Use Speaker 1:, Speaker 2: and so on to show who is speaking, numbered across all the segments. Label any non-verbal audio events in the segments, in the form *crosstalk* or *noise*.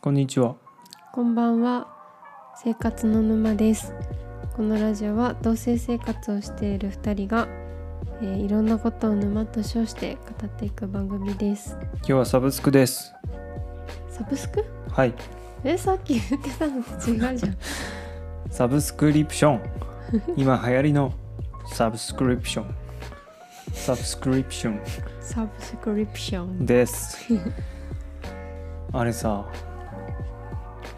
Speaker 1: こんにちは。
Speaker 2: こんばんは生活の沼ですこのラジオは同性生活をしている2人が、えーいろんなことを沼と称して語っていく番組です
Speaker 1: 今日はサブスクです。
Speaker 2: サブスク
Speaker 1: はい。
Speaker 2: えさっき言ってたのと違
Speaker 1: *laughs*
Speaker 2: うじゃん
Speaker 1: サブスクリプシ
Speaker 2: *laughs*
Speaker 1: ョン。今流行りのサブスクリプション。サブスクリプショ
Speaker 2: サブスクリプショ
Speaker 1: ン
Speaker 2: ン
Speaker 1: です。あれさ、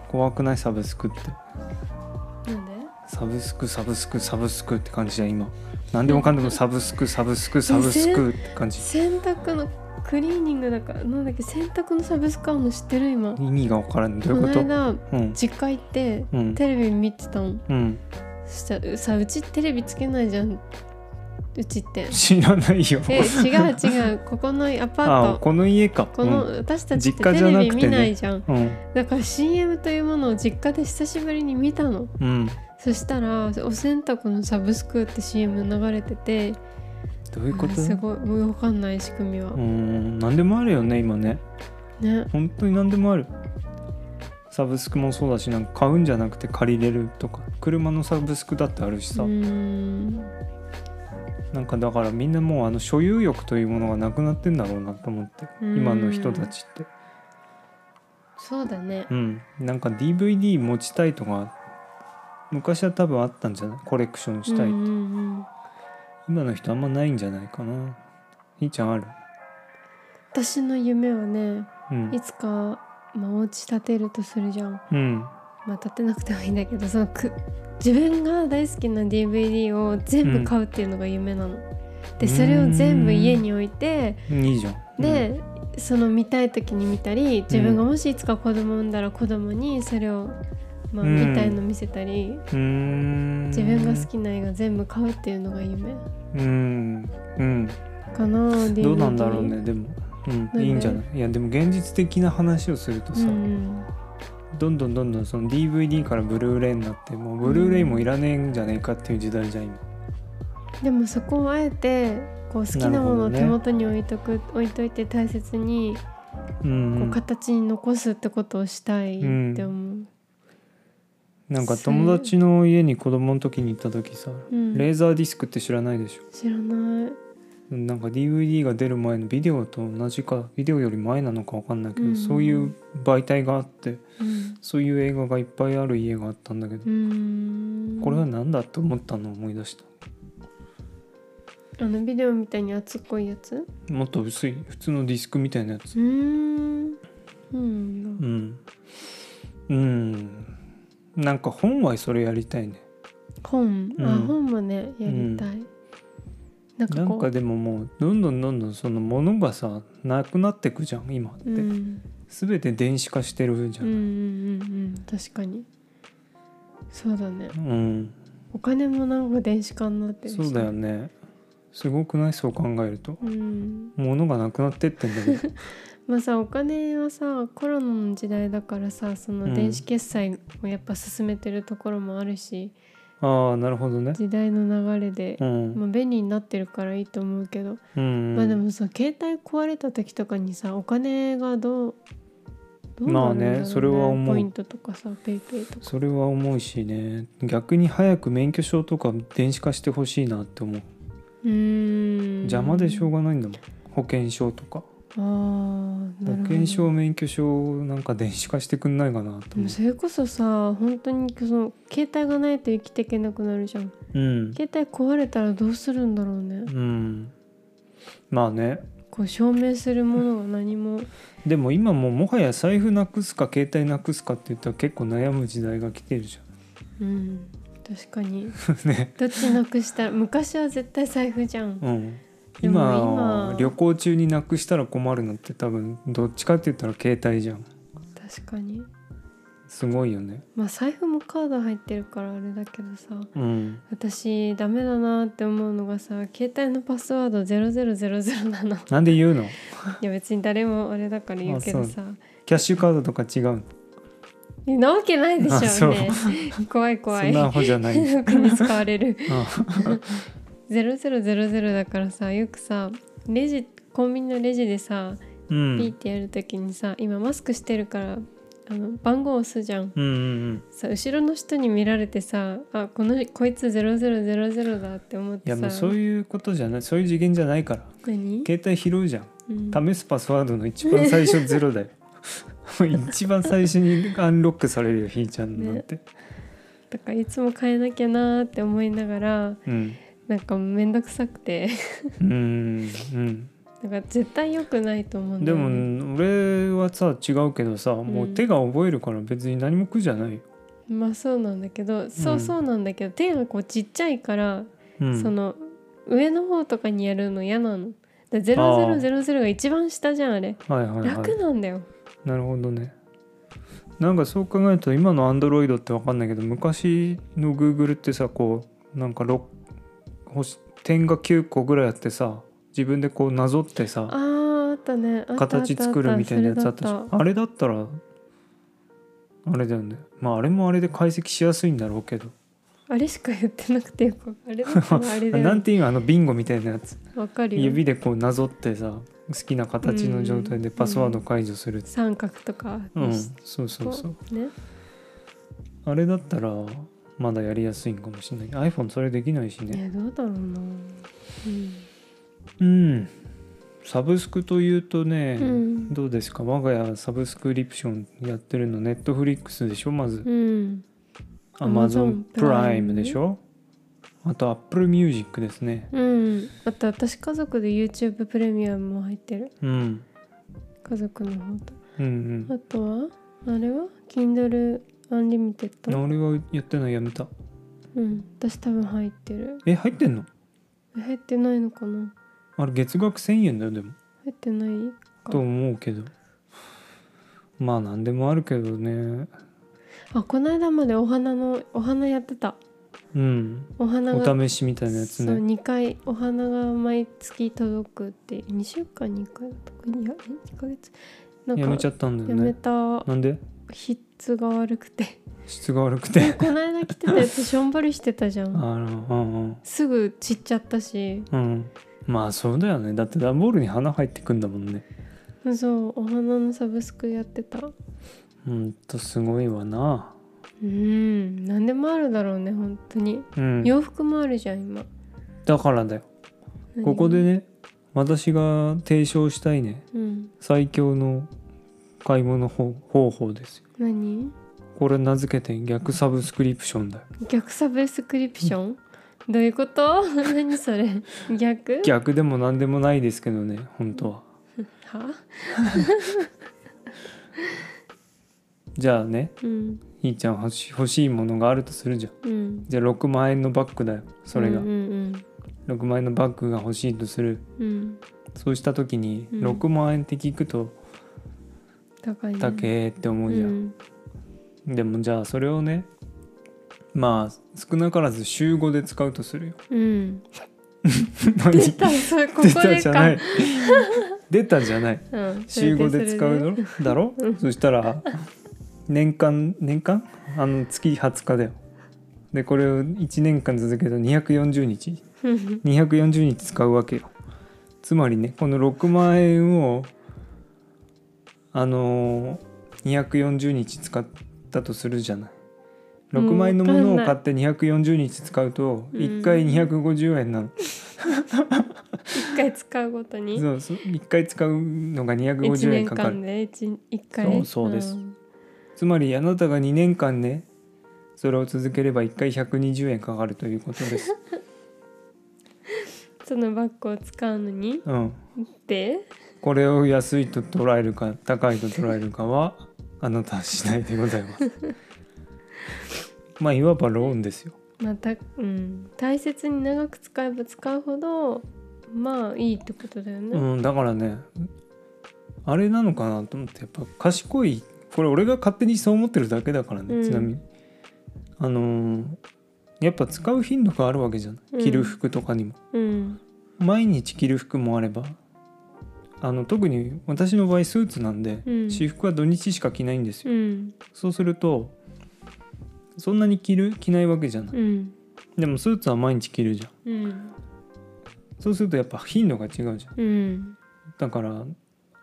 Speaker 1: 怖くないサブスクって。
Speaker 2: なんで
Speaker 1: サブスクサブスクサブスクって感じだよ今。何でもかんでもサブスクサブスクサブスクって感じ。
Speaker 2: 洗濯のクリーニングだからなんだっけ洗濯のサブスクあるの知ってる今
Speaker 1: 意味がわからん。ど
Speaker 2: こ
Speaker 1: ういう
Speaker 2: の
Speaker 1: こと？
Speaker 2: 間
Speaker 1: うん
Speaker 2: 実家行って
Speaker 1: うん
Speaker 2: テレビ見てたの
Speaker 1: うん。
Speaker 2: そしたらさうちテレビつけないじゃんうちって
Speaker 1: 知らないよ。
Speaker 2: え違う違うここのアパ
Speaker 1: あ
Speaker 2: ート
Speaker 1: この家か。
Speaker 2: この、私たちって
Speaker 1: 実
Speaker 2: テ
Speaker 1: 家じゃな
Speaker 2: レ
Speaker 1: くて
Speaker 2: ビ
Speaker 1: ね
Speaker 2: 見ないじゃん
Speaker 1: うんうん
Speaker 2: だから CM というものを実家で久しぶりに見たの
Speaker 1: うん。
Speaker 2: そしたら「お洗濯のサブスク」って CM 流れてて
Speaker 1: どういうこと？
Speaker 2: あすごいもう分かんない仕組みは
Speaker 1: うー、ん何でもあるよね今ね
Speaker 2: ね
Speaker 1: 本当に何でもあるサブスクもそうだしなんか買うんじゃなくて借りれるとか車のサブスクだってあるし
Speaker 2: う
Speaker 1: さ、
Speaker 2: ーん
Speaker 1: なんかだからみんなもうあの所有欲というものがなくなってんだろうなと思って
Speaker 2: うん
Speaker 1: 今の人たちって
Speaker 2: そうだね
Speaker 1: うんなんか DVD 持ちたいとか昔は多分あったんじゃないコレクションしたい、
Speaker 2: うんうんうん
Speaker 1: 今の人あんまないんじゃないかなひーちゃんある
Speaker 2: 私の夢はね
Speaker 1: うん
Speaker 2: いつか、まあ、お家建てるとするじゃん
Speaker 1: うん
Speaker 2: まあ建てなくてもいいんだけどそのく自分が大好きな DVD を全部買うっていうのが夢なの。でそれを全部家に置いて
Speaker 1: いいじゃん
Speaker 2: で、その見たい時に見たり自分がもしいつか子供産んだら子供にそれを、まあ、
Speaker 1: うん
Speaker 2: 見たいの見せた
Speaker 1: う
Speaker 2: り、
Speaker 1: んうーん
Speaker 2: 自分が好きな映画全部買うっていうのが夢
Speaker 1: うんうん
Speaker 2: かな DVD
Speaker 1: どうなんだろうねでも、うん
Speaker 2: で
Speaker 1: いいんじゃないいやでも現実的な話をすると
Speaker 2: う
Speaker 1: さ、
Speaker 2: ん
Speaker 1: どんどんどんどんその DVD からブルーレイになってもうブルーレイもいらねえんじゃねえかっていう時代じゃん今
Speaker 2: でもそこをあえてこう好きなものを
Speaker 1: な
Speaker 2: 手
Speaker 1: るほどね
Speaker 2: 元に置いとく、置いといて大切
Speaker 1: うん、
Speaker 2: にこ
Speaker 1: う、
Speaker 2: うん形に残すってことをしたいって思う、
Speaker 1: なんか友達の家に子供の時に行った時さ、
Speaker 2: うん
Speaker 1: レーザーディスクって知らないでしょ
Speaker 2: 知らない、
Speaker 1: なんか DVD が出る前のビデオと同じかビデオより前なのかわかんないけど、
Speaker 2: うん
Speaker 1: そういう媒体があって
Speaker 2: うん
Speaker 1: そういう映画がいっぱいある家があったんだけど、
Speaker 2: うーん
Speaker 1: これは何だって思ったのを思い出した
Speaker 2: あのビデオみたいに厚っこいやつう
Speaker 1: もっと薄い普通のディスクみたいなやつ
Speaker 2: ーんう
Speaker 1: う
Speaker 2: ん
Speaker 1: ん、うん、なんか本はそれやりたいね
Speaker 2: 本、
Speaker 1: う
Speaker 2: あ
Speaker 1: ん
Speaker 2: 本もねやりたい、なん
Speaker 1: な
Speaker 2: かこ
Speaker 1: ん
Speaker 2: う
Speaker 1: かでももうどんどんどんどんそのものがさなくなってくじゃん今って、
Speaker 2: うんうん
Speaker 1: 全て電子化してるじゃ
Speaker 2: うんう
Speaker 1: ん、
Speaker 2: んうん確かにそうだね
Speaker 1: うん
Speaker 2: お金もなんか電子化になってるし
Speaker 1: そうだよねすごくないそう考えると
Speaker 2: うん
Speaker 1: 物がなくなってってんだけ
Speaker 2: *laughs*
Speaker 1: ど
Speaker 2: まあさお金はさコロナの時代だからさそ
Speaker 1: うん
Speaker 2: の電子決済をやっぱ進めてるところもあるし、
Speaker 1: ああなるほどね
Speaker 2: 時代の流れで
Speaker 1: う、ん、
Speaker 2: まあ、便利になってるからいいと思うけど、
Speaker 1: うん、
Speaker 2: まあでもさ携帯壊れた時とかにさお金がどうどう
Speaker 1: まあ
Speaker 2: なるんだろう、
Speaker 1: ねそれは思う
Speaker 2: ポイントとかさペイペイとか
Speaker 1: それは重いしね逆に早く免許証とか電子化してほしいなって思う
Speaker 2: うーん
Speaker 1: 邪魔でしょうがないんだもん保険証とか
Speaker 2: あーな
Speaker 1: 保
Speaker 2: るほど
Speaker 1: 険証免許証なんか電子化してくんないかなと
Speaker 2: で
Speaker 1: 思
Speaker 2: もそれこそさ本当にその携帯がないと生きていけなくなるじゃん
Speaker 1: う。うん。
Speaker 2: 携帯壊れたらどうするんだろうね
Speaker 1: うん。まあね。
Speaker 2: こう証明するものが何も
Speaker 1: でも今もうもはや財布なくすか携帯なくすかって言ったら結構悩む時代が来てるじ
Speaker 2: うん確かに
Speaker 1: ゃん。ね。
Speaker 2: どっちなくしたら昔は絶対財布じゃん
Speaker 1: うん。
Speaker 2: でも
Speaker 1: 今
Speaker 2: 今
Speaker 1: 旅行中になくしたら困るのって多分どっちかって言ったら携帯じゃん。
Speaker 2: 確かに
Speaker 1: すごいよね。
Speaker 2: まあ財布もカード入ってるからあれだけどさ
Speaker 1: うん。
Speaker 2: 私ダメだなって思うのがさ携帯のパスワード0000な
Speaker 1: *laughs*
Speaker 2: の
Speaker 1: なんで言うの？
Speaker 2: いや別に誰もあれだから言うけどさ
Speaker 1: キャッシュカードとか違うの。
Speaker 2: えなわけないでし
Speaker 1: あそ
Speaker 2: ょ
Speaker 1: う
Speaker 2: うね *laughs* 怖い怖
Speaker 1: そ
Speaker 2: い
Speaker 1: んなアホじゃ
Speaker 2: *laughs*
Speaker 1: ない。
Speaker 2: よくに使われる
Speaker 1: う
Speaker 2: 0000だからさよくさレジコンビニのレジでさ
Speaker 1: ん。う
Speaker 2: ピー
Speaker 1: ん。
Speaker 2: ってやるときにさ今マスクしてるからあの番号押すじゃん
Speaker 1: うんうん
Speaker 2: さ後ろの人に見られてさあこのこいつ0000だって思っ
Speaker 1: い
Speaker 2: て
Speaker 1: や
Speaker 2: さ
Speaker 1: もうそういうことじゃないそういう次元じゃないから
Speaker 2: 何、
Speaker 1: 携帯拾うじゃん
Speaker 2: う
Speaker 1: 試
Speaker 2: ん
Speaker 1: すパスワードの一番最初ゼロ
Speaker 2: *laughs*
Speaker 1: だよ一番最初にアンロックされるよひーちゃんなんて、
Speaker 2: だからいつも変えなきゃなーって思いながら
Speaker 1: うん
Speaker 2: なんか面倒くさくて *laughs*
Speaker 1: うんうん
Speaker 2: なんか絶対良くないと思うん
Speaker 1: で
Speaker 2: だよ、ね、
Speaker 1: も俺はさ違うけどさもう手が覚えるから別に何も苦じゃないよ、
Speaker 2: まあそうなんだけどそうそうなんだけど、手がこうちっちゃいから、
Speaker 1: うん、
Speaker 2: その上の方とかにやるの嫌なの。だ0000が一番下じゃんあれ
Speaker 1: はいはいは
Speaker 2: 楽
Speaker 1: い
Speaker 2: なんだよ、
Speaker 1: なるほどねなんかそう考えると今の Android って分かんないけど昔の Google ってさこうなんかろ星点が9個ぐらいあってさ自分でこうなぞってさ
Speaker 2: あーあったねあったあったあった
Speaker 1: 形作るみたいなやつあったじゃ
Speaker 2: それだ
Speaker 1: んあれだったらあれだよねまああれもあれで解析しやすいんだろうけど
Speaker 2: あれしか言ってなくてよくあれだったらあれ
Speaker 1: *laughs*
Speaker 2: だ
Speaker 1: な
Speaker 2: よ
Speaker 1: んていうのあのビンゴみたいなやつ
Speaker 2: わかるよ
Speaker 1: 指でこうなぞってさ好きな形の状態でパスワード解除するって
Speaker 2: 三角とか
Speaker 1: うん、
Speaker 2: にし
Speaker 1: そうそうそう
Speaker 2: ね
Speaker 1: あれだったらまだやりやすいんかもしれない iPhone それできないし
Speaker 2: い
Speaker 1: ね
Speaker 2: やどうだろうな、うん
Speaker 1: うんサブスクというとね、
Speaker 2: うん
Speaker 1: どうですか我が家サブスクリプションやってるの Netflix でしょまず
Speaker 2: うん、
Speaker 1: Amazon
Speaker 2: Amazon
Speaker 1: プライムでしょあと Apple Music ですね
Speaker 2: うん、あと私家族で YouTube プレミアムも入ってる
Speaker 1: うん
Speaker 2: 家族の方と
Speaker 1: うん
Speaker 2: あとはあれは Kindle Unlimited
Speaker 1: うん俺はやってないやめた
Speaker 2: うん私多分入ってる
Speaker 1: え入ってんの
Speaker 2: 入ってないのかな
Speaker 1: あれ月額1000円だよでも
Speaker 2: 入ってないか
Speaker 1: と思うけどまあ何でもあるけどね
Speaker 2: あこの間までお花のお花やってた
Speaker 1: うん
Speaker 2: お花が
Speaker 1: お試しみたいなやつ
Speaker 2: そう
Speaker 1: ね
Speaker 2: 2回お花が毎月届くって2週間に1回とかいや2ヶ月なんか
Speaker 1: やめちゃったんだ
Speaker 2: や
Speaker 1: よ
Speaker 2: め
Speaker 1: ね
Speaker 2: た
Speaker 1: なんで
Speaker 2: 質が悪くて *laughs*
Speaker 1: 質が悪くて
Speaker 2: この間来てたやつしょんぼりしてたじゃ
Speaker 1: *laughs* あ
Speaker 2: ん
Speaker 1: のうん
Speaker 2: すぐ散っちゃったし
Speaker 1: うんうんまあそうだよねだって段ボールに花入ってくんだもんね
Speaker 2: そうお花のサブスクやってた
Speaker 1: うんとすごいわな
Speaker 2: うん何でもあるだろうね本当に
Speaker 1: うん
Speaker 2: 洋服もあるじゃん今
Speaker 1: だからだよここでね私が提唱したいね
Speaker 2: うん
Speaker 1: 最強の買い物方方法ですよ
Speaker 2: 何
Speaker 1: これ名付けて逆サブスクリプションだよ
Speaker 2: 逆サブスクリプションどういうこと *laughs* 何それ逆
Speaker 1: 逆でも何でもないですけどね本当は
Speaker 2: は
Speaker 1: じゃあね
Speaker 2: うん
Speaker 1: ひーちゃん欲し欲しいものがあるとするじゃん
Speaker 2: うん
Speaker 1: じゃあ6万円のバッグだよそれが、
Speaker 2: うんうん
Speaker 1: 6万円のバッグが欲しいとする
Speaker 2: うん、うん、
Speaker 1: そうした時に
Speaker 2: うん
Speaker 1: 6万円って聞くと
Speaker 2: 高いね
Speaker 1: 高えって思
Speaker 2: う
Speaker 1: うじゃん、
Speaker 2: ん
Speaker 1: でもじゃあそれをねまあ少なからず週5で使うとするよ
Speaker 2: うん
Speaker 1: 何
Speaker 2: 出たそれここ
Speaker 1: 出た
Speaker 2: で
Speaker 1: じゃな
Speaker 2: か
Speaker 1: い出たじゃ
Speaker 2: *laughs*
Speaker 1: ない
Speaker 2: うん
Speaker 1: 週5で使う
Speaker 2: の
Speaker 1: のだろそしたら年間年間あの月20日だよでこれを1年間続けると240日240日使うわけよつまりねこの6万円をあのー、240日使ったとするじゃない6万円のものを買って240日使うと
Speaker 2: うん
Speaker 1: 1回250円なの、
Speaker 2: 一回使うごとに
Speaker 1: そうそう1回使うのが
Speaker 2: 一
Speaker 1: 250円
Speaker 2: 年
Speaker 1: かかる
Speaker 2: 間で一一回
Speaker 1: そうそうです
Speaker 2: ん
Speaker 1: つまりあなたが2年間ねそれを続ければ1回120円かかるということです
Speaker 2: *laughs* そのバッグを使うのに
Speaker 1: うん
Speaker 2: で
Speaker 1: これを安いと捉えるか高いと捉えるかはあなた次第でござい
Speaker 2: *laughs*
Speaker 1: ますまあいわばローンですよ
Speaker 2: またうん大切に長く使えば使うほどまあいいってことだよね、
Speaker 1: うん、だからねあれなのかなと思ってやっぱ賢いこれ俺が勝手にそう思ってるだけだからね、
Speaker 2: うん
Speaker 1: ちなみにあのーやっぱ使う頻度があるわけじゃな
Speaker 2: う
Speaker 1: い
Speaker 2: ん
Speaker 1: 着る服とかにも、
Speaker 2: うん
Speaker 1: 毎日着る服もあればあの特に私の場合スーツなんで、
Speaker 2: うん
Speaker 1: 私服は土日しか着ないんですよ、
Speaker 2: うん
Speaker 1: そうするとそんなに着る着ないわけじゃない、
Speaker 2: うん
Speaker 1: でもスーツは毎日着るじゃん
Speaker 2: うん
Speaker 1: そうするとやっぱ頻度が違うじゃん
Speaker 2: うん
Speaker 1: だから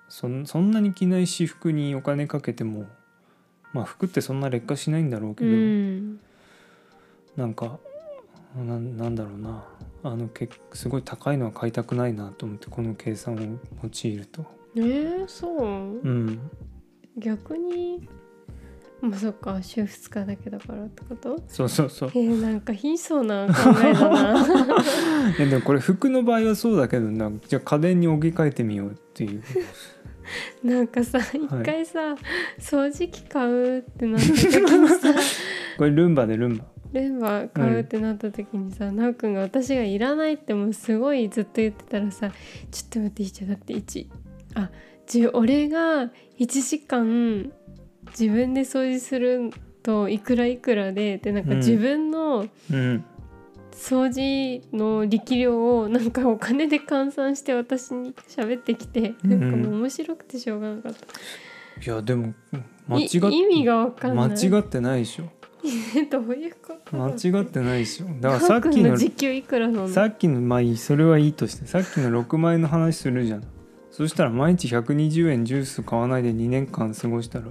Speaker 1: そんそんなに着ない私服にお金かけてもまあ服ってそんな劣化しないんだろうけ
Speaker 2: う
Speaker 1: ど、
Speaker 2: ん
Speaker 1: なんかななんだろうなあのけすごい高いのは買いたくないなと思ってこの計算を用いると。
Speaker 2: えー、そう、
Speaker 1: うん、
Speaker 2: 逆にまあそっか週2日だけだからってこと
Speaker 1: そうそうそう
Speaker 2: えー、なんか貧相な考えだな
Speaker 1: いやでもこれ服の場合はそうだけどなじゃあ家電に置き換えてみようっていう
Speaker 2: なんかさ一回さ、掃除機買うってなった時にさ
Speaker 1: これルンバでルンバ
Speaker 2: レンバ買うってなった時にさなおくんが私がいらないってもうすごいずっと言ってたらさちょっと待っていいじゃんだって1あじゅ俺が1時間自分で掃除するといくらいくらでってなんか
Speaker 1: うん
Speaker 2: 自分の、
Speaker 1: うん
Speaker 2: 掃除の力量をなんかお金で換算して私に喋ってきて、
Speaker 1: うん
Speaker 2: なんかもう面白くてしょうがなかった
Speaker 1: いやでも間違
Speaker 2: い
Speaker 1: っ
Speaker 2: 意味がわかんない
Speaker 1: 間違ってないでしょ
Speaker 2: *laughs* どういうこと
Speaker 1: 間違ってないでしょだから
Speaker 2: さ
Speaker 1: さ
Speaker 2: っ
Speaker 1: っ
Speaker 2: き
Speaker 1: き
Speaker 2: の
Speaker 1: の
Speaker 2: 時給いくらなの
Speaker 1: さっきのまあいいそれはいいとしてさっきの6万円の話するじゃんそしたら毎日120円ジュース買わないで2年間過ごしたら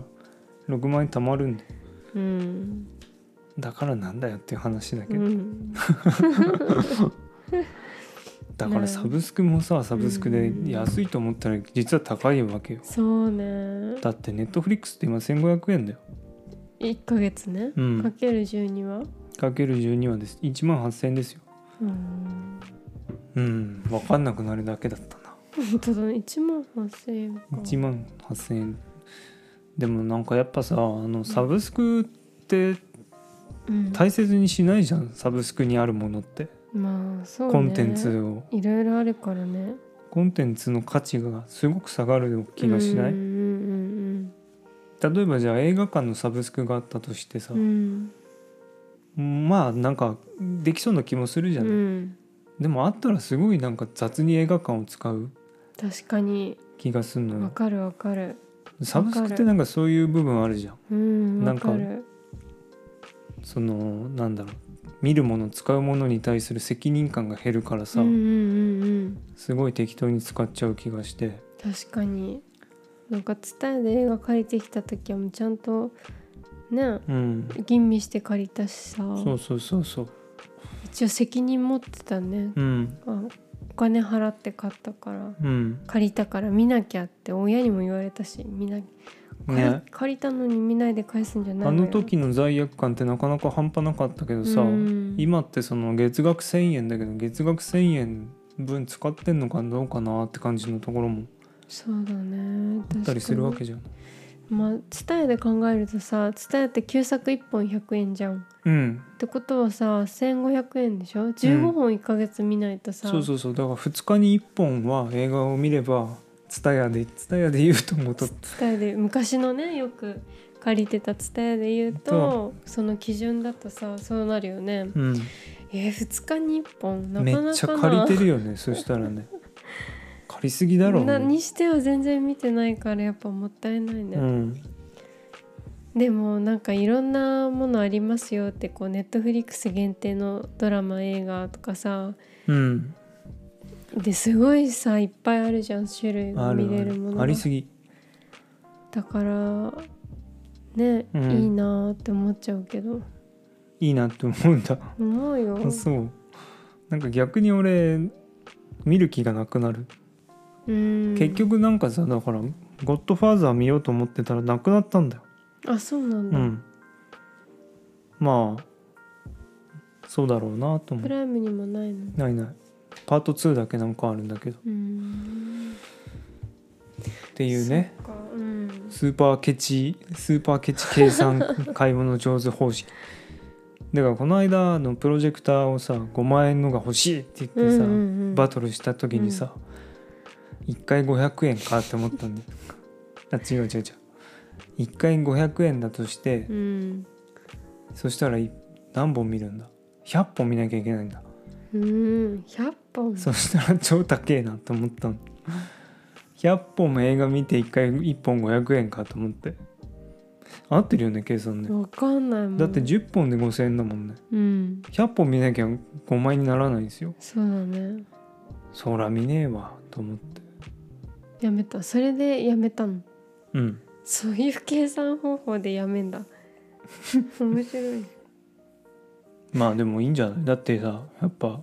Speaker 1: 6万円貯まるんだよ
Speaker 2: うん、
Speaker 1: だからなんだよっていう話だけ
Speaker 2: う
Speaker 1: ど、
Speaker 2: ん、
Speaker 1: だからサブスクもさサブスクで安いと思ったら実は高いわけよ
Speaker 2: そうね
Speaker 1: だってネットフリックスって今1500円だよ
Speaker 2: 1ヶ月ね、
Speaker 1: うん
Speaker 2: かける12は
Speaker 1: かける12はです1万8000円ですよ
Speaker 2: うん
Speaker 1: うん分かんなくなるだけだったな
Speaker 2: 本当だね1万8000円か
Speaker 1: 1万8000円でもなんかやっぱさあのサブスクって
Speaker 2: うん、
Speaker 1: 大切にしないじゃんサブスクにあるものって
Speaker 2: まあそうね
Speaker 1: コンテンツを
Speaker 2: いろいろあるからね
Speaker 1: コンテンツの価値がすごく下がる気がしな
Speaker 2: う
Speaker 1: い
Speaker 2: んうん
Speaker 1: 例えばじゃあ映画館のサブスクがあったとしてさ
Speaker 2: うんうんうん
Speaker 1: まあなんかできそうな気もするじゃ
Speaker 2: う
Speaker 1: ない、
Speaker 2: ん
Speaker 1: でもあったらすごいなんか雑に映画館を使う
Speaker 2: 確かに
Speaker 1: 気がするの
Speaker 2: わ
Speaker 1: よ
Speaker 2: かるわかる
Speaker 1: サブスクってなんかそういう部分あるじゃん
Speaker 2: うん
Speaker 1: な
Speaker 2: わ
Speaker 1: んか
Speaker 2: かる
Speaker 1: そのなんだろう見るもの使うものに対する責任感が減るからさ、
Speaker 2: うんうんうんうん
Speaker 1: すごい適当に使っちゃう気がして
Speaker 2: 確かになんか伝えで映画借りてきた時はもうちゃんとね
Speaker 1: うん
Speaker 2: 吟味して借りたしさ
Speaker 1: そうそうそうそう
Speaker 2: 一応責任持ってたね、
Speaker 1: うん
Speaker 2: あお金払って買ったから
Speaker 1: うん
Speaker 2: 借りたから見なきゃって親にも言われたし見な借り,、
Speaker 1: ね
Speaker 2: 借りたのに見ないで返すんじゃない
Speaker 1: あ
Speaker 2: よ
Speaker 1: の時の罪悪感ってなかなか半端なかったけどさ、
Speaker 2: うん
Speaker 1: 今ってその月額1,000円だけど月額1,000円分使ってんのかどうかなって感じのところも
Speaker 2: そうだね
Speaker 1: あったりするわけじ
Speaker 2: 確か
Speaker 1: ゃん。
Speaker 2: にまあ伝えで考えるとさ伝えって旧作1本100円じゃん
Speaker 1: うん、
Speaker 2: ってことはさ1500円でしょ15本1ヶ月見ないとさ、
Speaker 1: そうそうそうだから2日に1本は映画を見れば蔦屋で蔦屋で言うともと
Speaker 2: 伝えで昔のねよく借りてた伝えで言うとその基準だとさそうなるよね
Speaker 1: うん、
Speaker 2: えー、2日に1本なか
Speaker 1: め
Speaker 2: なかな
Speaker 1: っちゃ借りてるよねそしたらね借りすぎだろう
Speaker 2: な
Speaker 1: ね
Speaker 2: にしては全然見てないからやっぱもったいないね、
Speaker 1: うん
Speaker 2: でもなんかいろんなものありますよってこうネットフリックス限定のドラマ映画とかさ
Speaker 1: うん
Speaker 2: ですごいさいっぱいあるじゃん種類
Speaker 1: あ
Speaker 2: が
Speaker 1: る
Speaker 2: 見れ
Speaker 1: あ
Speaker 2: るもの
Speaker 1: る
Speaker 2: が
Speaker 1: ありすぎ
Speaker 2: だからね、
Speaker 1: うん
Speaker 2: いいなーって思っちゃうけど
Speaker 1: いいなって思うんだ
Speaker 2: 思うよ
Speaker 1: あそうなんか逆に俺見る気がなくなる、
Speaker 2: うん
Speaker 1: 結局なんかさだから「ゴッドファーザー」見ようと思ってたらなくなったんだよ
Speaker 2: あそうなん
Speaker 1: う
Speaker 2: だ、
Speaker 1: ん、まあそうだろうなと思
Speaker 2: プ
Speaker 1: う
Speaker 2: ライムにもないの
Speaker 1: ないないパート2だけなんかあるんだけどっ
Speaker 2: うん
Speaker 1: ていうね
Speaker 2: そっかうん
Speaker 1: スーパーケチスーパーケチ計算買い物上手方式だからこの間のプロジェクターをさ5万円のが欲しいって言ってさ、
Speaker 2: うんうんうん
Speaker 1: バトルした時にさ、1回500円かって思ったんだよあ違う違う違う1回500円だとして
Speaker 2: うん
Speaker 1: そしたらい何本見るんだ100本見なきゃいけないんだ
Speaker 2: うん100本
Speaker 1: そしたら超高えなと思ったの100本も映画見て1回1本500円かと思って合ってるよね計算ね
Speaker 2: わかんないもん
Speaker 1: だって10本で5000円だもんね
Speaker 2: うん
Speaker 1: 100本見なきゃ5万円にならないんですよ
Speaker 2: そうだね
Speaker 1: そら見ねえわと思って
Speaker 2: やめたそれでやめたの
Speaker 1: うん
Speaker 2: そういう計算方法でやめ
Speaker 1: *laughs*
Speaker 2: んだ面白い
Speaker 1: まあでもいいんじゃないだってさやっぱ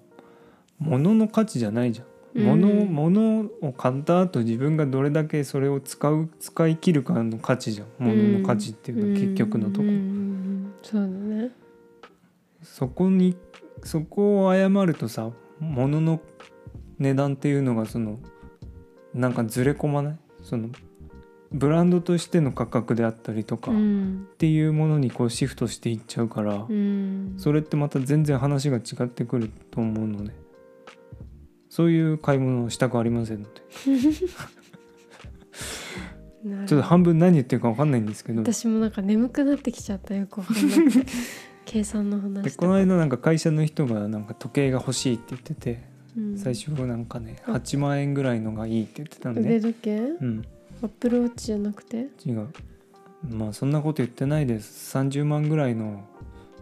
Speaker 1: 物の価値じゃないじゃん。
Speaker 2: うん
Speaker 1: 物を物を買った後自分がどれだけそれを使う使い切るかの価値じゃん物の価値っていうのは結局のとこ、
Speaker 2: うんうんうんそうだね
Speaker 1: そこにそこを誤るとさ物の値段っていうのがそのなんかずれ込まないそのブランドとしての価格であったりとか
Speaker 2: う
Speaker 1: っ
Speaker 2: ん
Speaker 1: ていうものにこうシフトしていっちゃうから、
Speaker 2: うん
Speaker 1: それってまた全然話が違ってくると思うのでそういう買い物をしたくありませんので
Speaker 2: なる
Speaker 1: ちょっと半分何言ってるか分かんないんですけどで
Speaker 2: 私もなんか眠くなってきちゃったよくわかんなくて計算の話と
Speaker 1: こ
Speaker 2: か
Speaker 1: の間なんか会社の人がなんか時計が欲しいって言ってて
Speaker 2: うん
Speaker 1: 最初なんかね
Speaker 2: あ
Speaker 1: 8万円ぐらいのがいいって言ってたん
Speaker 2: 腕
Speaker 1: で
Speaker 2: 時計
Speaker 1: うん
Speaker 2: アップルウォッチじゃなくて
Speaker 1: 違うまあそんなこと言ってないです30万ぐらいの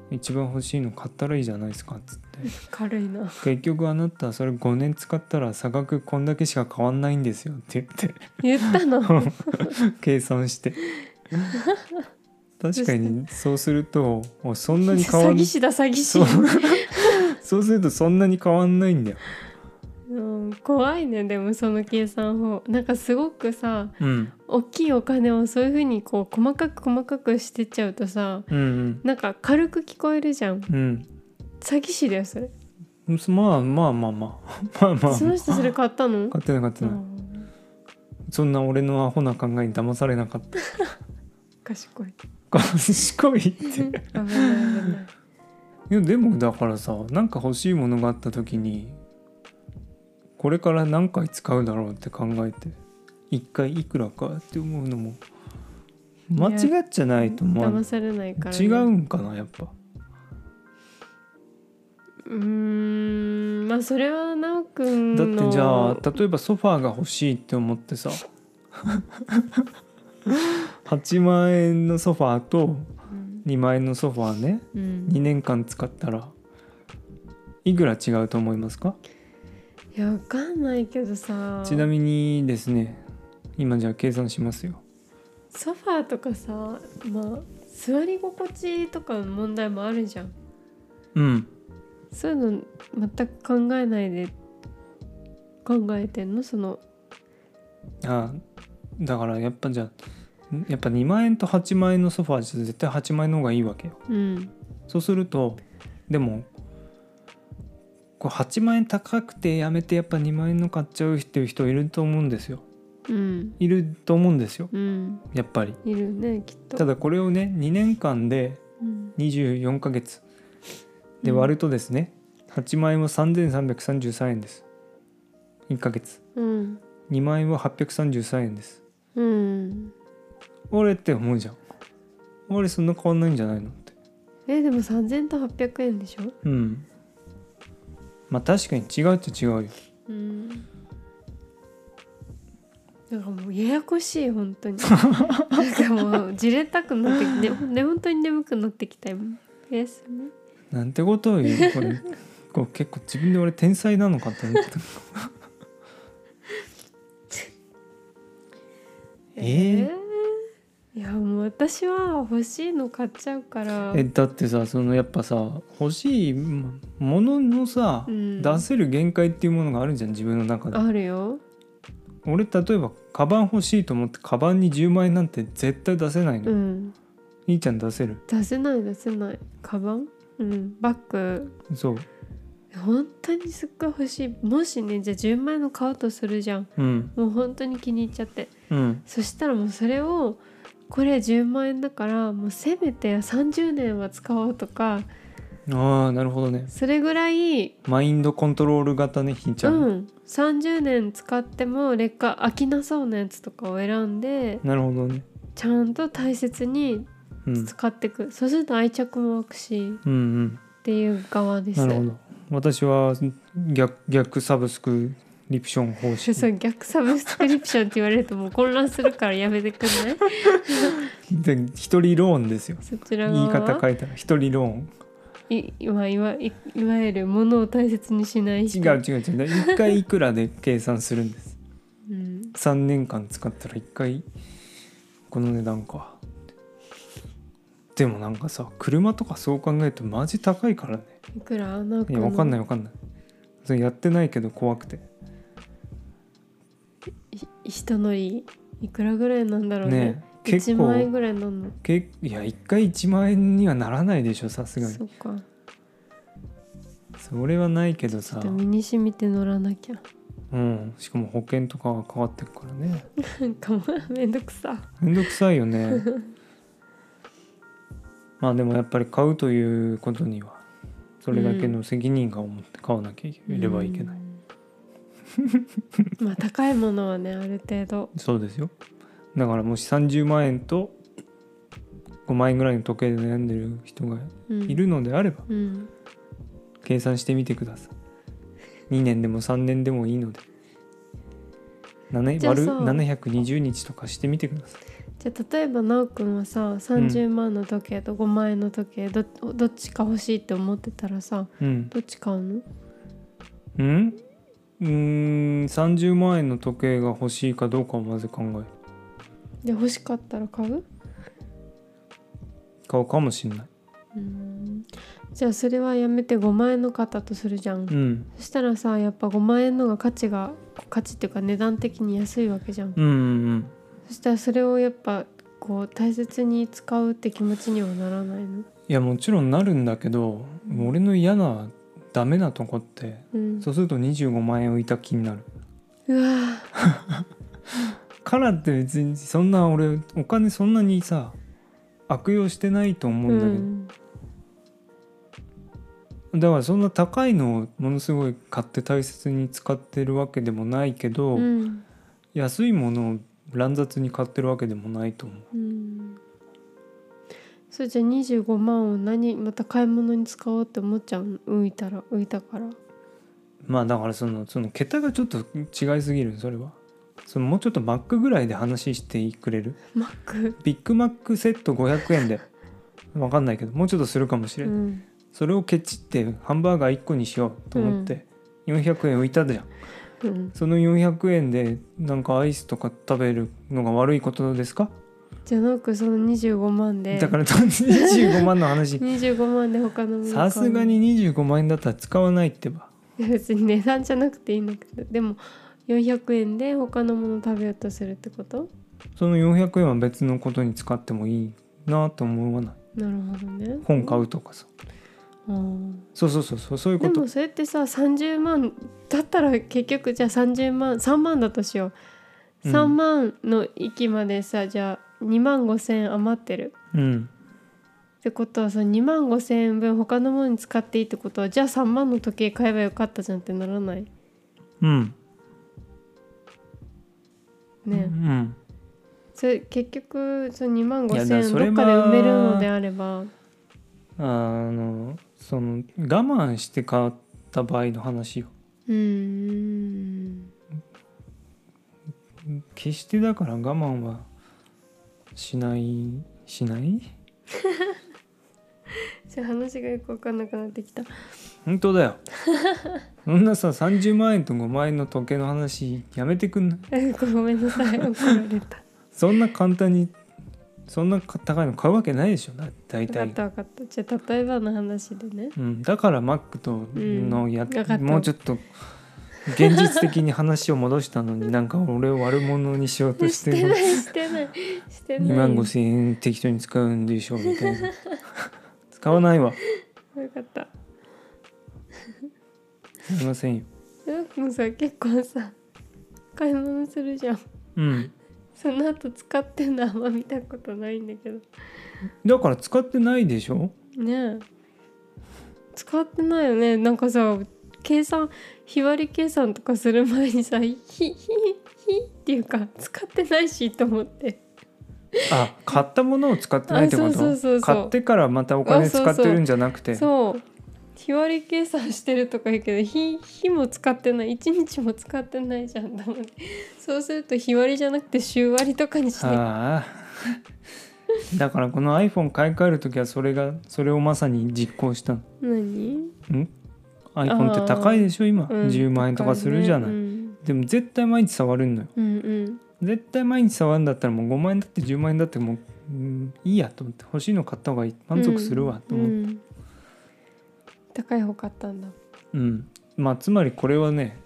Speaker 1: 一番欲しいの買ったらいいじゃないですかっつって
Speaker 2: 軽いな
Speaker 1: 結局あなたそれ5年使ったら差額こんだけしか変わんないんですよって言って
Speaker 2: 言ったの
Speaker 1: 計算して確かにそうするとおそんなに変わ
Speaker 2: 詐
Speaker 1: ん
Speaker 2: 欺師だ詐欺師
Speaker 1: そうそうするとそんなに変わんないんだよ
Speaker 2: うん怖いねでもその計算法なんかすごくさ
Speaker 1: うん
Speaker 2: 大きいお金をそういう風にこう細かく細かくしてっちゃうとさ
Speaker 1: うん
Speaker 2: なんか軽く聞こえるじゃん
Speaker 1: うん
Speaker 2: 詐欺師だよそれ
Speaker 1: うんそまあまあまあまあまあまあ
Speaker 2: その人それ買ったの
Speaker 1: 買ってなかった
Speaker 2: う
Speaker 1: な、
Speaker 2: ん
Speaker 1: そんな俺のアホな考えに騙されなかった
Speaker 2: 賢い
Speaker 1: 賢いって
Speaker 2: 危ない危ない
Speaker 1: いやでもだからさなんか欲しいものがあった時にこれから何回使うだろうって考えて一回いくらかって思うのも間違っちゃないと思わない
Speaker 2: 騙されないからね、
Speaker 1: 違うんかなやっぱ
Speaker 2: うーんまあそれはなおくん
Speaker 1: だっ
Speaker 2: の
Speaker 1: てじゃあ例えばソファーが欲しいって思って
Speaker 2: *laughs*
Speaker 1: さ8万円のソファーと
Speaker 2: うん
Speaker 1: 2万円のソファーね
Speaker 2: うん
Speaker 1: 2年間使ったらいくら違うと思いますか
Speaker 2: いやわかんないけどさ
Speaker 1: ちなみにですね今じゃあ計算しますよ
Speaker 2: ソファーとかさまあ座り心地とかの問題もあるじゃん
Speaker 1: うん
Speaker 2: そういうの全く考えないで考えてんのその
Speaker 1: あだからやっぱじゃあんやっぱ2万円と8万円のソファーじゃ絶対8万円の方がいいわけよ
Speaker 2: うん
Speaker 1: そうするとでもこう8万円高くてやめてやっぱ2万円の買っちゃうっていう人いると思うんですよ
Speaker 2: うん
Speaker 1: いると思うんですよ
Speaker 2: うん
Speaker 1: やっぱり
Speaker 2: いるねきったと、
Speaker 1: だこれをね2年間で
Speaker 2: うん、
Speaker 1: 24ヶ月で
Speaker 2: うん
Speaker 1: 割るとですね、8万円は3333円です1ヶ月
Speaker 2: うん
Speaker 1: 2万円は833円です
Speaker 2: うん
Speaker 1: 俺って思うじゃん俺そんな変わんないんじゃないのって
Speaker 2: えでも3000と800円でしょ
Speaker 1: うんまあ確かに違うっちゃ違うよ
Speaker 2: うんなんかもうややこしい本
Speaker 1: *laughs*
Speaker 2: 当になんかもうじれったくなってきて、ねね、本当に眠くなってきたよおやすみ
Speaker 1: なんてことを言うこ *laughs* れこう結構自分で俺天才なのかと思ったえー
Speaker 2: ーいやもう私は欲しいの買っちゃうか
Speaker 1: *laughs*
Speaker 2: ら
Speaker 1: えだってさそのやっぱさ欲しいもののさ、
Speaker 2: うん
Speaker 1: 出せる限界っていうものがあるじゃん自分の中で
Speaker 2: あるよ
Speaker 1: 俺例えばカバン欲しいと思ってカバンに10万円なんて絶対出せないの、
Speaker 2: うん
Speaker 1: 兄ちゃん出せる
Speaker 2: 出せない出せないカバンうんバッグ
Speaker 1: そう
Speaker 2: 本当にすっごい欲しいもしねじゃあ10万円の買おうとするじゃん
Speaker 1: うん
Speaker 2: もう本当に気に入っちゃって
Speaker 1: うん
Speaker 2: そしたらもうそれをこれ10万円だからもうせめて30年は使おうとか
Speaker 1: ああなるほどね
Speaker 2: それぐらい
Speaker 1: マインドコントロール型ねひんちゃ、
Speaker 2: うんん30年使っても劣化飽きなそうなやつとかを選んで
Speaker 1: なるほどね
Speaker 2: ちゃんと大切に
Speaker 1: うんうん
Speaker 2: 使っていく、そうすると愛着も湧くし
Speaker 1: うん
Speaker 2: っていう側です
Speaker 1: なるほど私は逆逆サブスクリプション方式
Speaker 2: そう逆サブスクリプションって言われるともう混乱するからやめてくんない
Speaker 1: *laughs* で一人ローンですよ
Speaker 2: そちら
Speaker 1: 言い
Speaker 2: 側
Speaker 1: 方
Speaker 2: は
Speaker 1: 変えたら一人ローン
Speaker 2: いいわいわいいわゆる物を大切にしない
Speaker 1: 違
Speaker 2: 人
Speaker 1: う違う違う一回いくらで計算するんです *laughs*
Speaker 2: うん
Speaker 1: 3年間使ったら1回この値段かでもなんかさ車とかそう考えるとマジ高いからね
Speaker 2: いくらなん
Speaker 1: い
Speaker 2: か
Speaker 1: やわかんない
Speaker 2: い
Speaker 1: わかんないそれやってないけど怖くて
Speaker 2: 一乗りいくらぐらいなんだろうね
Speaker 1: ねえ
Speaker 2: 1
Speaker 1: 結
Speaker 2: 万円
Speaker 1: 構
Speaker 2: ぐらいなんの
Speaker 1: けいや1回1万円にはならないでしょさすがに
Speaker 2: そうか
Speaker 1: それはないけど
Speaker 2: ちょ
Speaker 1: さ
Speaker 2: っと身に染みて乗らなきゃ
Speaker 1: うんしかも保険とかがかかってくからね
Speaker 2: なんかもう *laughs* めんどくさ
Speaker 1: めんどくさいよ
Speaker 2: *laughs*
Speaker 1: ねまあでもやっぱり買うということにはそれだけの責任感を持って買わなきゃいればいけない、
Speaker 2: うんまあ高いものはねある程度
Speaker 1: そうですよだからもし30万円と5万円ぐらいの時計で悩んでる人が
Speaker 2: うん
Speaker 1: いるのであれば
Speaker 2: うん
Speaker 1: 計算してみてください2年でも3年でもいいので7
Speaker 2: じゃあ
Speaker 1: 割る
Speaker 2: さ
Speaker 1: 720日とかしてみてください
Speaker 2: じゃあ例えば奈くんはさ30万の時計と5万円の時計どどっちか欲しいって思ってたらさ
Speaker 1: うん
Speaker 2: どっち買うの
Speaker 1: うんうーん30万円の時計が欲しいかどうかをまず考える
Speaker 2: で欲しかったら買う
Speaker 1: 買うかもしんない
Speaker 2: うんじゃあそれはやめて5万円の買ったとするじゃ
Speaker 1: う
Speaker 2: ん、
Speaker 1: ん
Speaker 2: そしたらさやっぱ5万円のが価値が価値っていうか値段的に安いわけじゃん、
Speaker 1: うんうん
Speaker 2: そしたらそれをやっぱこう大切に使うって気持ちにはならないの
Speaker 1: いやもちろんなるんだけど俺の嫌なダメなとこって
Speaker 2: うん
Speaker 1: そうすると25万円浮いた気になる
Speaker 2: うわー
Speaker 1: からって別にそんな俺お金そんなにさ悪用してないと思
Speaker 2: う
Speaker 1: うんだけど、
Speaker 2: ん
Speaker 1: だからそんな高いのをものすごい買って大切に使ってるわけでもないけど、
Speaker 2: うん
Speaker 1: 安いものを乱雑に買ってるわけでもないと思う
Speaker 2: うんそれじゃあ25万を何また買い物に使おうって思っちゃうの浮いたら浮いたから
Speaker 1: まあだからそのその桁がちょっと違いすぎるそれはそのもうちょっとマックぐらいで話してくれる
Speaker 2: マック
Speaker 1: ビッグマックセット500円で分かんないけどもうちょっとするかもし
Speaker 2: う
Speaker 1: れない、
Speaker 2: ん
Speaker 1: それをケチってハンバーガー1個にしようと思って、400円浮いたじゃん
Speaker 2: うん
Speaker 1: その400円でなんかアイスとか食べるのが悪いことですか、
Speaker 2: じゃなくその25万で
Speaker 1: だから25万の
Speaker 2: *laughs*
Speaker 1: 話
Speaker 2: 25万で他のもの買
Speaker 1: さ
Speaker 2: う
Speaker 1: すがに25万円だったら使わないってば
Speaker 2: *laughs* 別に値段じゃなくていいんだけどでも400円で他のもの食べようとするってこと
Speaker 1: その400円は別のことに使ってもいいなと思わない
Speaker 2: なるほどね
Speaker 1: 本買うとかさ
Speaker 2: あー
Speaker 1: そうそうそうそうそういうこ
Speaker 2: で
Speaker 1: と
Speaker 2: もそれってさ30万だったら結局じゃあ30万3万だとしよう
Speaker 1: うん
Speaker 2: 3万の域までさ、じゃあ2万5千余ってる
Speaker 1: うん
Speaker 2: ってことはさ2万5千円分他のものに使っていいってことはじゃあ3万の時計買えばよかったじゃんってならない
Speaker 1: うんう
Speaker 2: ね、
Speaker 1: ん
Speaker 2: それ結局その2万5
Speaker 1: い
Speaker 2: 千
Speaker 1: や
Speaker 2: 円
Speaker 1: だ
Speaker 2: ど
Speaker 1: か
Speaker 2: っ
Speaker 1: ら
Speaker 2: か
Speaker 1: そ
Speaker 2: で
Speaker 1: れは
Speaker 2: 埋めるのであれば
Speaker 1: あのその我慢して買った場合の話よ
Speaker 2: うーん
Speaker 1: 決してだから我慢はしないしない
Speaker 2: じゃあ話がよく分かんなくなってきた *laughs*
Speaker 1: 本当だよ *laughs* そんなさ30万円と5万円の時計の話やめてくんない
Speaker 2: えごめんなさ *laughs* い怒られた
Speaker 1: そんな簡単にそんな高いの買うわけないでしょだ大
Speaker 2: 分かっ
Speaker 1: 体
Speaker 2: た分かったじゃあ例えばの話でね
Speaker 1: うん、だからマックとのや、
Speaker 2: わかった
Speaker 1: もうちょっと現実的に話を戻したのになんか俺を悪者にしようとし
Speaker 2: *laughs* しててない *laughs* してないしてない
Speaker 1: 2万5千円適当に使うんでしょみたい
Speaker 2: *laughs*
Speaker 1: な使わないわ
Speaker 2: よかった
Speaker 1: すいませんよ
Speaker 2: えもうさ結構さ買い物するじゃん
Speaker 1: うん
Speaker 2: その後使ってんのあんま見たことないんだけど
Speaker 1: だから使ってないでしょ
Speaker 2: ねえ使ってないよねなんかさ計算日割り計算とかする前にさ「ひひひ」っていうか使ってないしと思って
Speaker 1: あ買ったものを使ってないってこ
Speaker 2: あ
Speaker 1: と
Speaker 2: そうそうそうそう
Speaker 1: 買ってからまたお金使ってるんじゃなくて
Speaker 2: そう日割り計算してるとか言うけど日日も使ってない一日も使ってないじゃんと思ってそうすると日割りじゃなくて週割りとかにして
Speaker 1: ああだからこの iPhone 買い替える時はそれがそれをまさに実行したの
Speaker 2: 何、
Speaker 1: ん iPhone って高いでしょ今、
Speaker 2: うん
Speaker 1: 10万円とかするじゃない、
Speaker 2: うん
Speaker 1: でも絶対毎日触るのよ
Speaker 2: うんうん
Speaker 1: 絶対毎日触るんだったらもう5万円だって10万円だってもう、うんいいやと思って欲しいの買った方がいい満足するわと思って、
Speaker 2: うん高い方買ったんだ
Speaker 1: うんまあつまりこれはね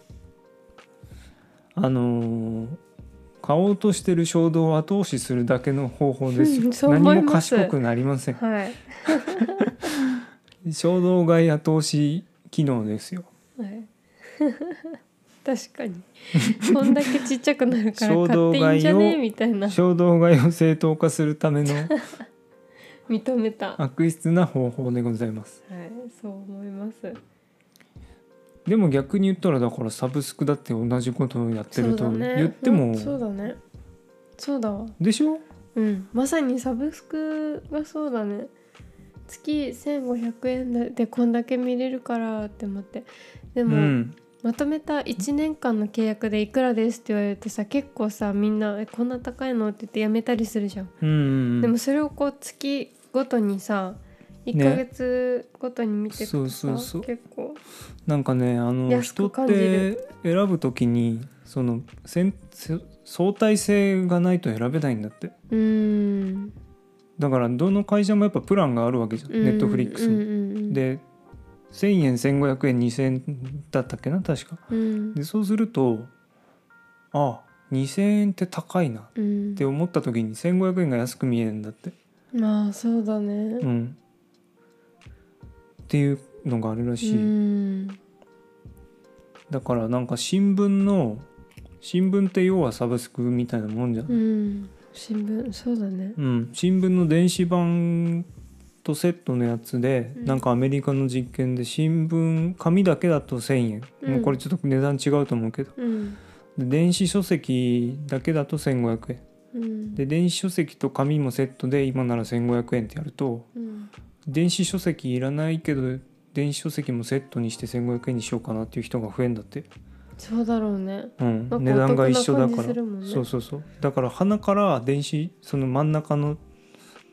Speaker 1: あのー買おうとしてる衝動を後押しするだけの方法です
Speaker 2: う
Speaker 1: よ
Speaker 2: んそう思い
Speaker 1: 何も
Speaker 2: ます
Speaker 1: 賢くなりません
Speaker 2: はい、
Speaker 1: 衝動買い後押し機能ですよ
Speaker 2: はい、 *laughs* 確かにこんだけちっちゃくなるから
Speaker 1: 衝
Speaker 2: 買っ
Speaker 1: 動
Speaker 2: て
Speaker 1: 買
Speaker 2: い
Speaker 1: いを
Speaker 2: いんじゃねみたいな
Speaker 1: 衝動買いを正当化するための
Speaker 2: 認めたは
Speaker 1: 悪質な方法でございます
Speaker 2: いそう思います
Speaker 1: でも逆に言ったらだからサブスクだって同じことをやってると
Speaker 2: そうだね
Speaker 1: 言っても、
Speaker 2: うんそうだねそうだわ
Speaker 1: でしょ
Speaker 2: うんまさにサブスクがそうだね月1500円でこんだけ見れるからって思ってで
Speaker 1: う
Speaker 2: も、
Speaker 1: ん
Speaker 2: まとめた1年間の契約でいくらですって言われるとさ結構さみんなえこんな高いのって言ってやめたりするじゃん、
Speaker 1: うんうん
Speaker 2: でもそれをこう月ごとにさ1
Speaker 1: ね
Speaker 2: ヶ月ごとに見てく
Speaker 1: そ
Speaker 2: と
Speaker 1: う
Speaker 2: さ、
Speaker 1: そうそう
Speaker 2: 結構
Speaker 1: なんかねあの
Speaker 2: 安
Speaker 1: 人っ
Speaker 2: く感じる
Speaker 1: て選ぶときにそのせんせ相対性がないと選べないんだって
Speaker 2: うーん
Speaker 1: だからどの会社もやっぱプランがあるわけじゃんネットフリックスに。
Speaker 2: に、
Speaker 1: で1,000円1,500円2,000円だったっけな確か。
Speaker 2: うん
Speaker 1: でそうするとあ2,000円って高いなっ
Speaker 2: うん
Speaker 1: て思った時に1,500円が安く見えるんだって。
Speaker 2: まあそうだね
Speaker 1: うん、っていうのがあるらしい。
Speaker 2: うん
Speaker 1: だからなんか新聞の新聞って要はサブスクみたいなもんじゃん、う
Speaker 2: う
Speaker 1: ん
Speaker 2: ん新聞そうだね
Speaker 1: 新聞の電子版とセットのやつで、
Speaker 2: うん
Speaker 1: なんかアメリカの実験で新聞紙だけだと1,000円、
Speaker 2: うん
Speaker 1: もうこれちょっと値段違うと思うけど
Speaker 2: うん
Speaker 1: で電子書籍だけだと1,500円
Speaker 2: うん
Speaker 1: で電子書籍と紙もセットで今なら1,500円ってやると
Speaker 2: うん
Speaker 1: 電子書籍いらないけど電子書籍もセットにして1,500円にしようかなっていう人が増えんだって。
Speaker 2: そうだろうね
Speaker 1: うん
Speaker 2: なんか
Speaker 1: 値段が一緒だ
Speaker 2: お得
Speaker 1: か
Speaker 2: な感じす
Speaker 1: ら、
Speaker 2: るもんね
Speaker 1: そうそうそうだから鼻から電子その真ん中の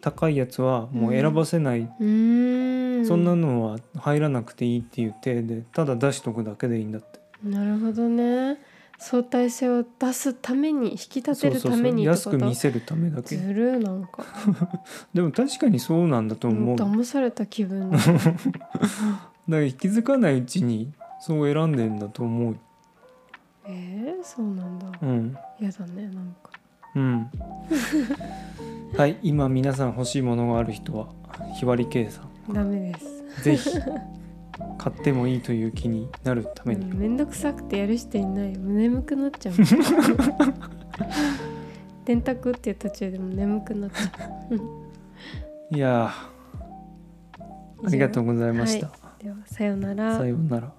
Speaker 1: 高いやつはもう選ばせない、
Speaker 2: うーん
Speaker 1: そんなのは入らなくていいっていう体でただ出しとくだけでいいんだって
Speaker 2: なるほどね相対性を出すために引き立てるためにって
Speaker 1: 安
Speaker 2: こと
Speaker 1: く見せるためだけ
Speaker 2: ずるいなんか
Speaker 1: でも確かにそうなんだと思う、だか
Speaker 2: 騙された気分だ
Speaker 1: ら気づかないうちにそう選んでんだと思う
Speaker 2: えー、そうなんだ
Speaker 1: うん
Speaker 2: 嫌だねなんか
Speaker 1: うん *laughs* はい今皆さん欲しいものがある人はひばりけさん
Speaker 2: ダメです
Speaker 1: ぜひ買ってもいいという気になるために
Speaker 2: うんめんどくさくてやる人いないよ眠くなっ *laughs* ちゃう電卓打っていう途中でも眠くなっちゃ
Speaker 1: いや
Speaker 2: う
Speaker 1: ーありがとうございました。
Speaker 2: ではさようなら
Speaker 1: さようなら。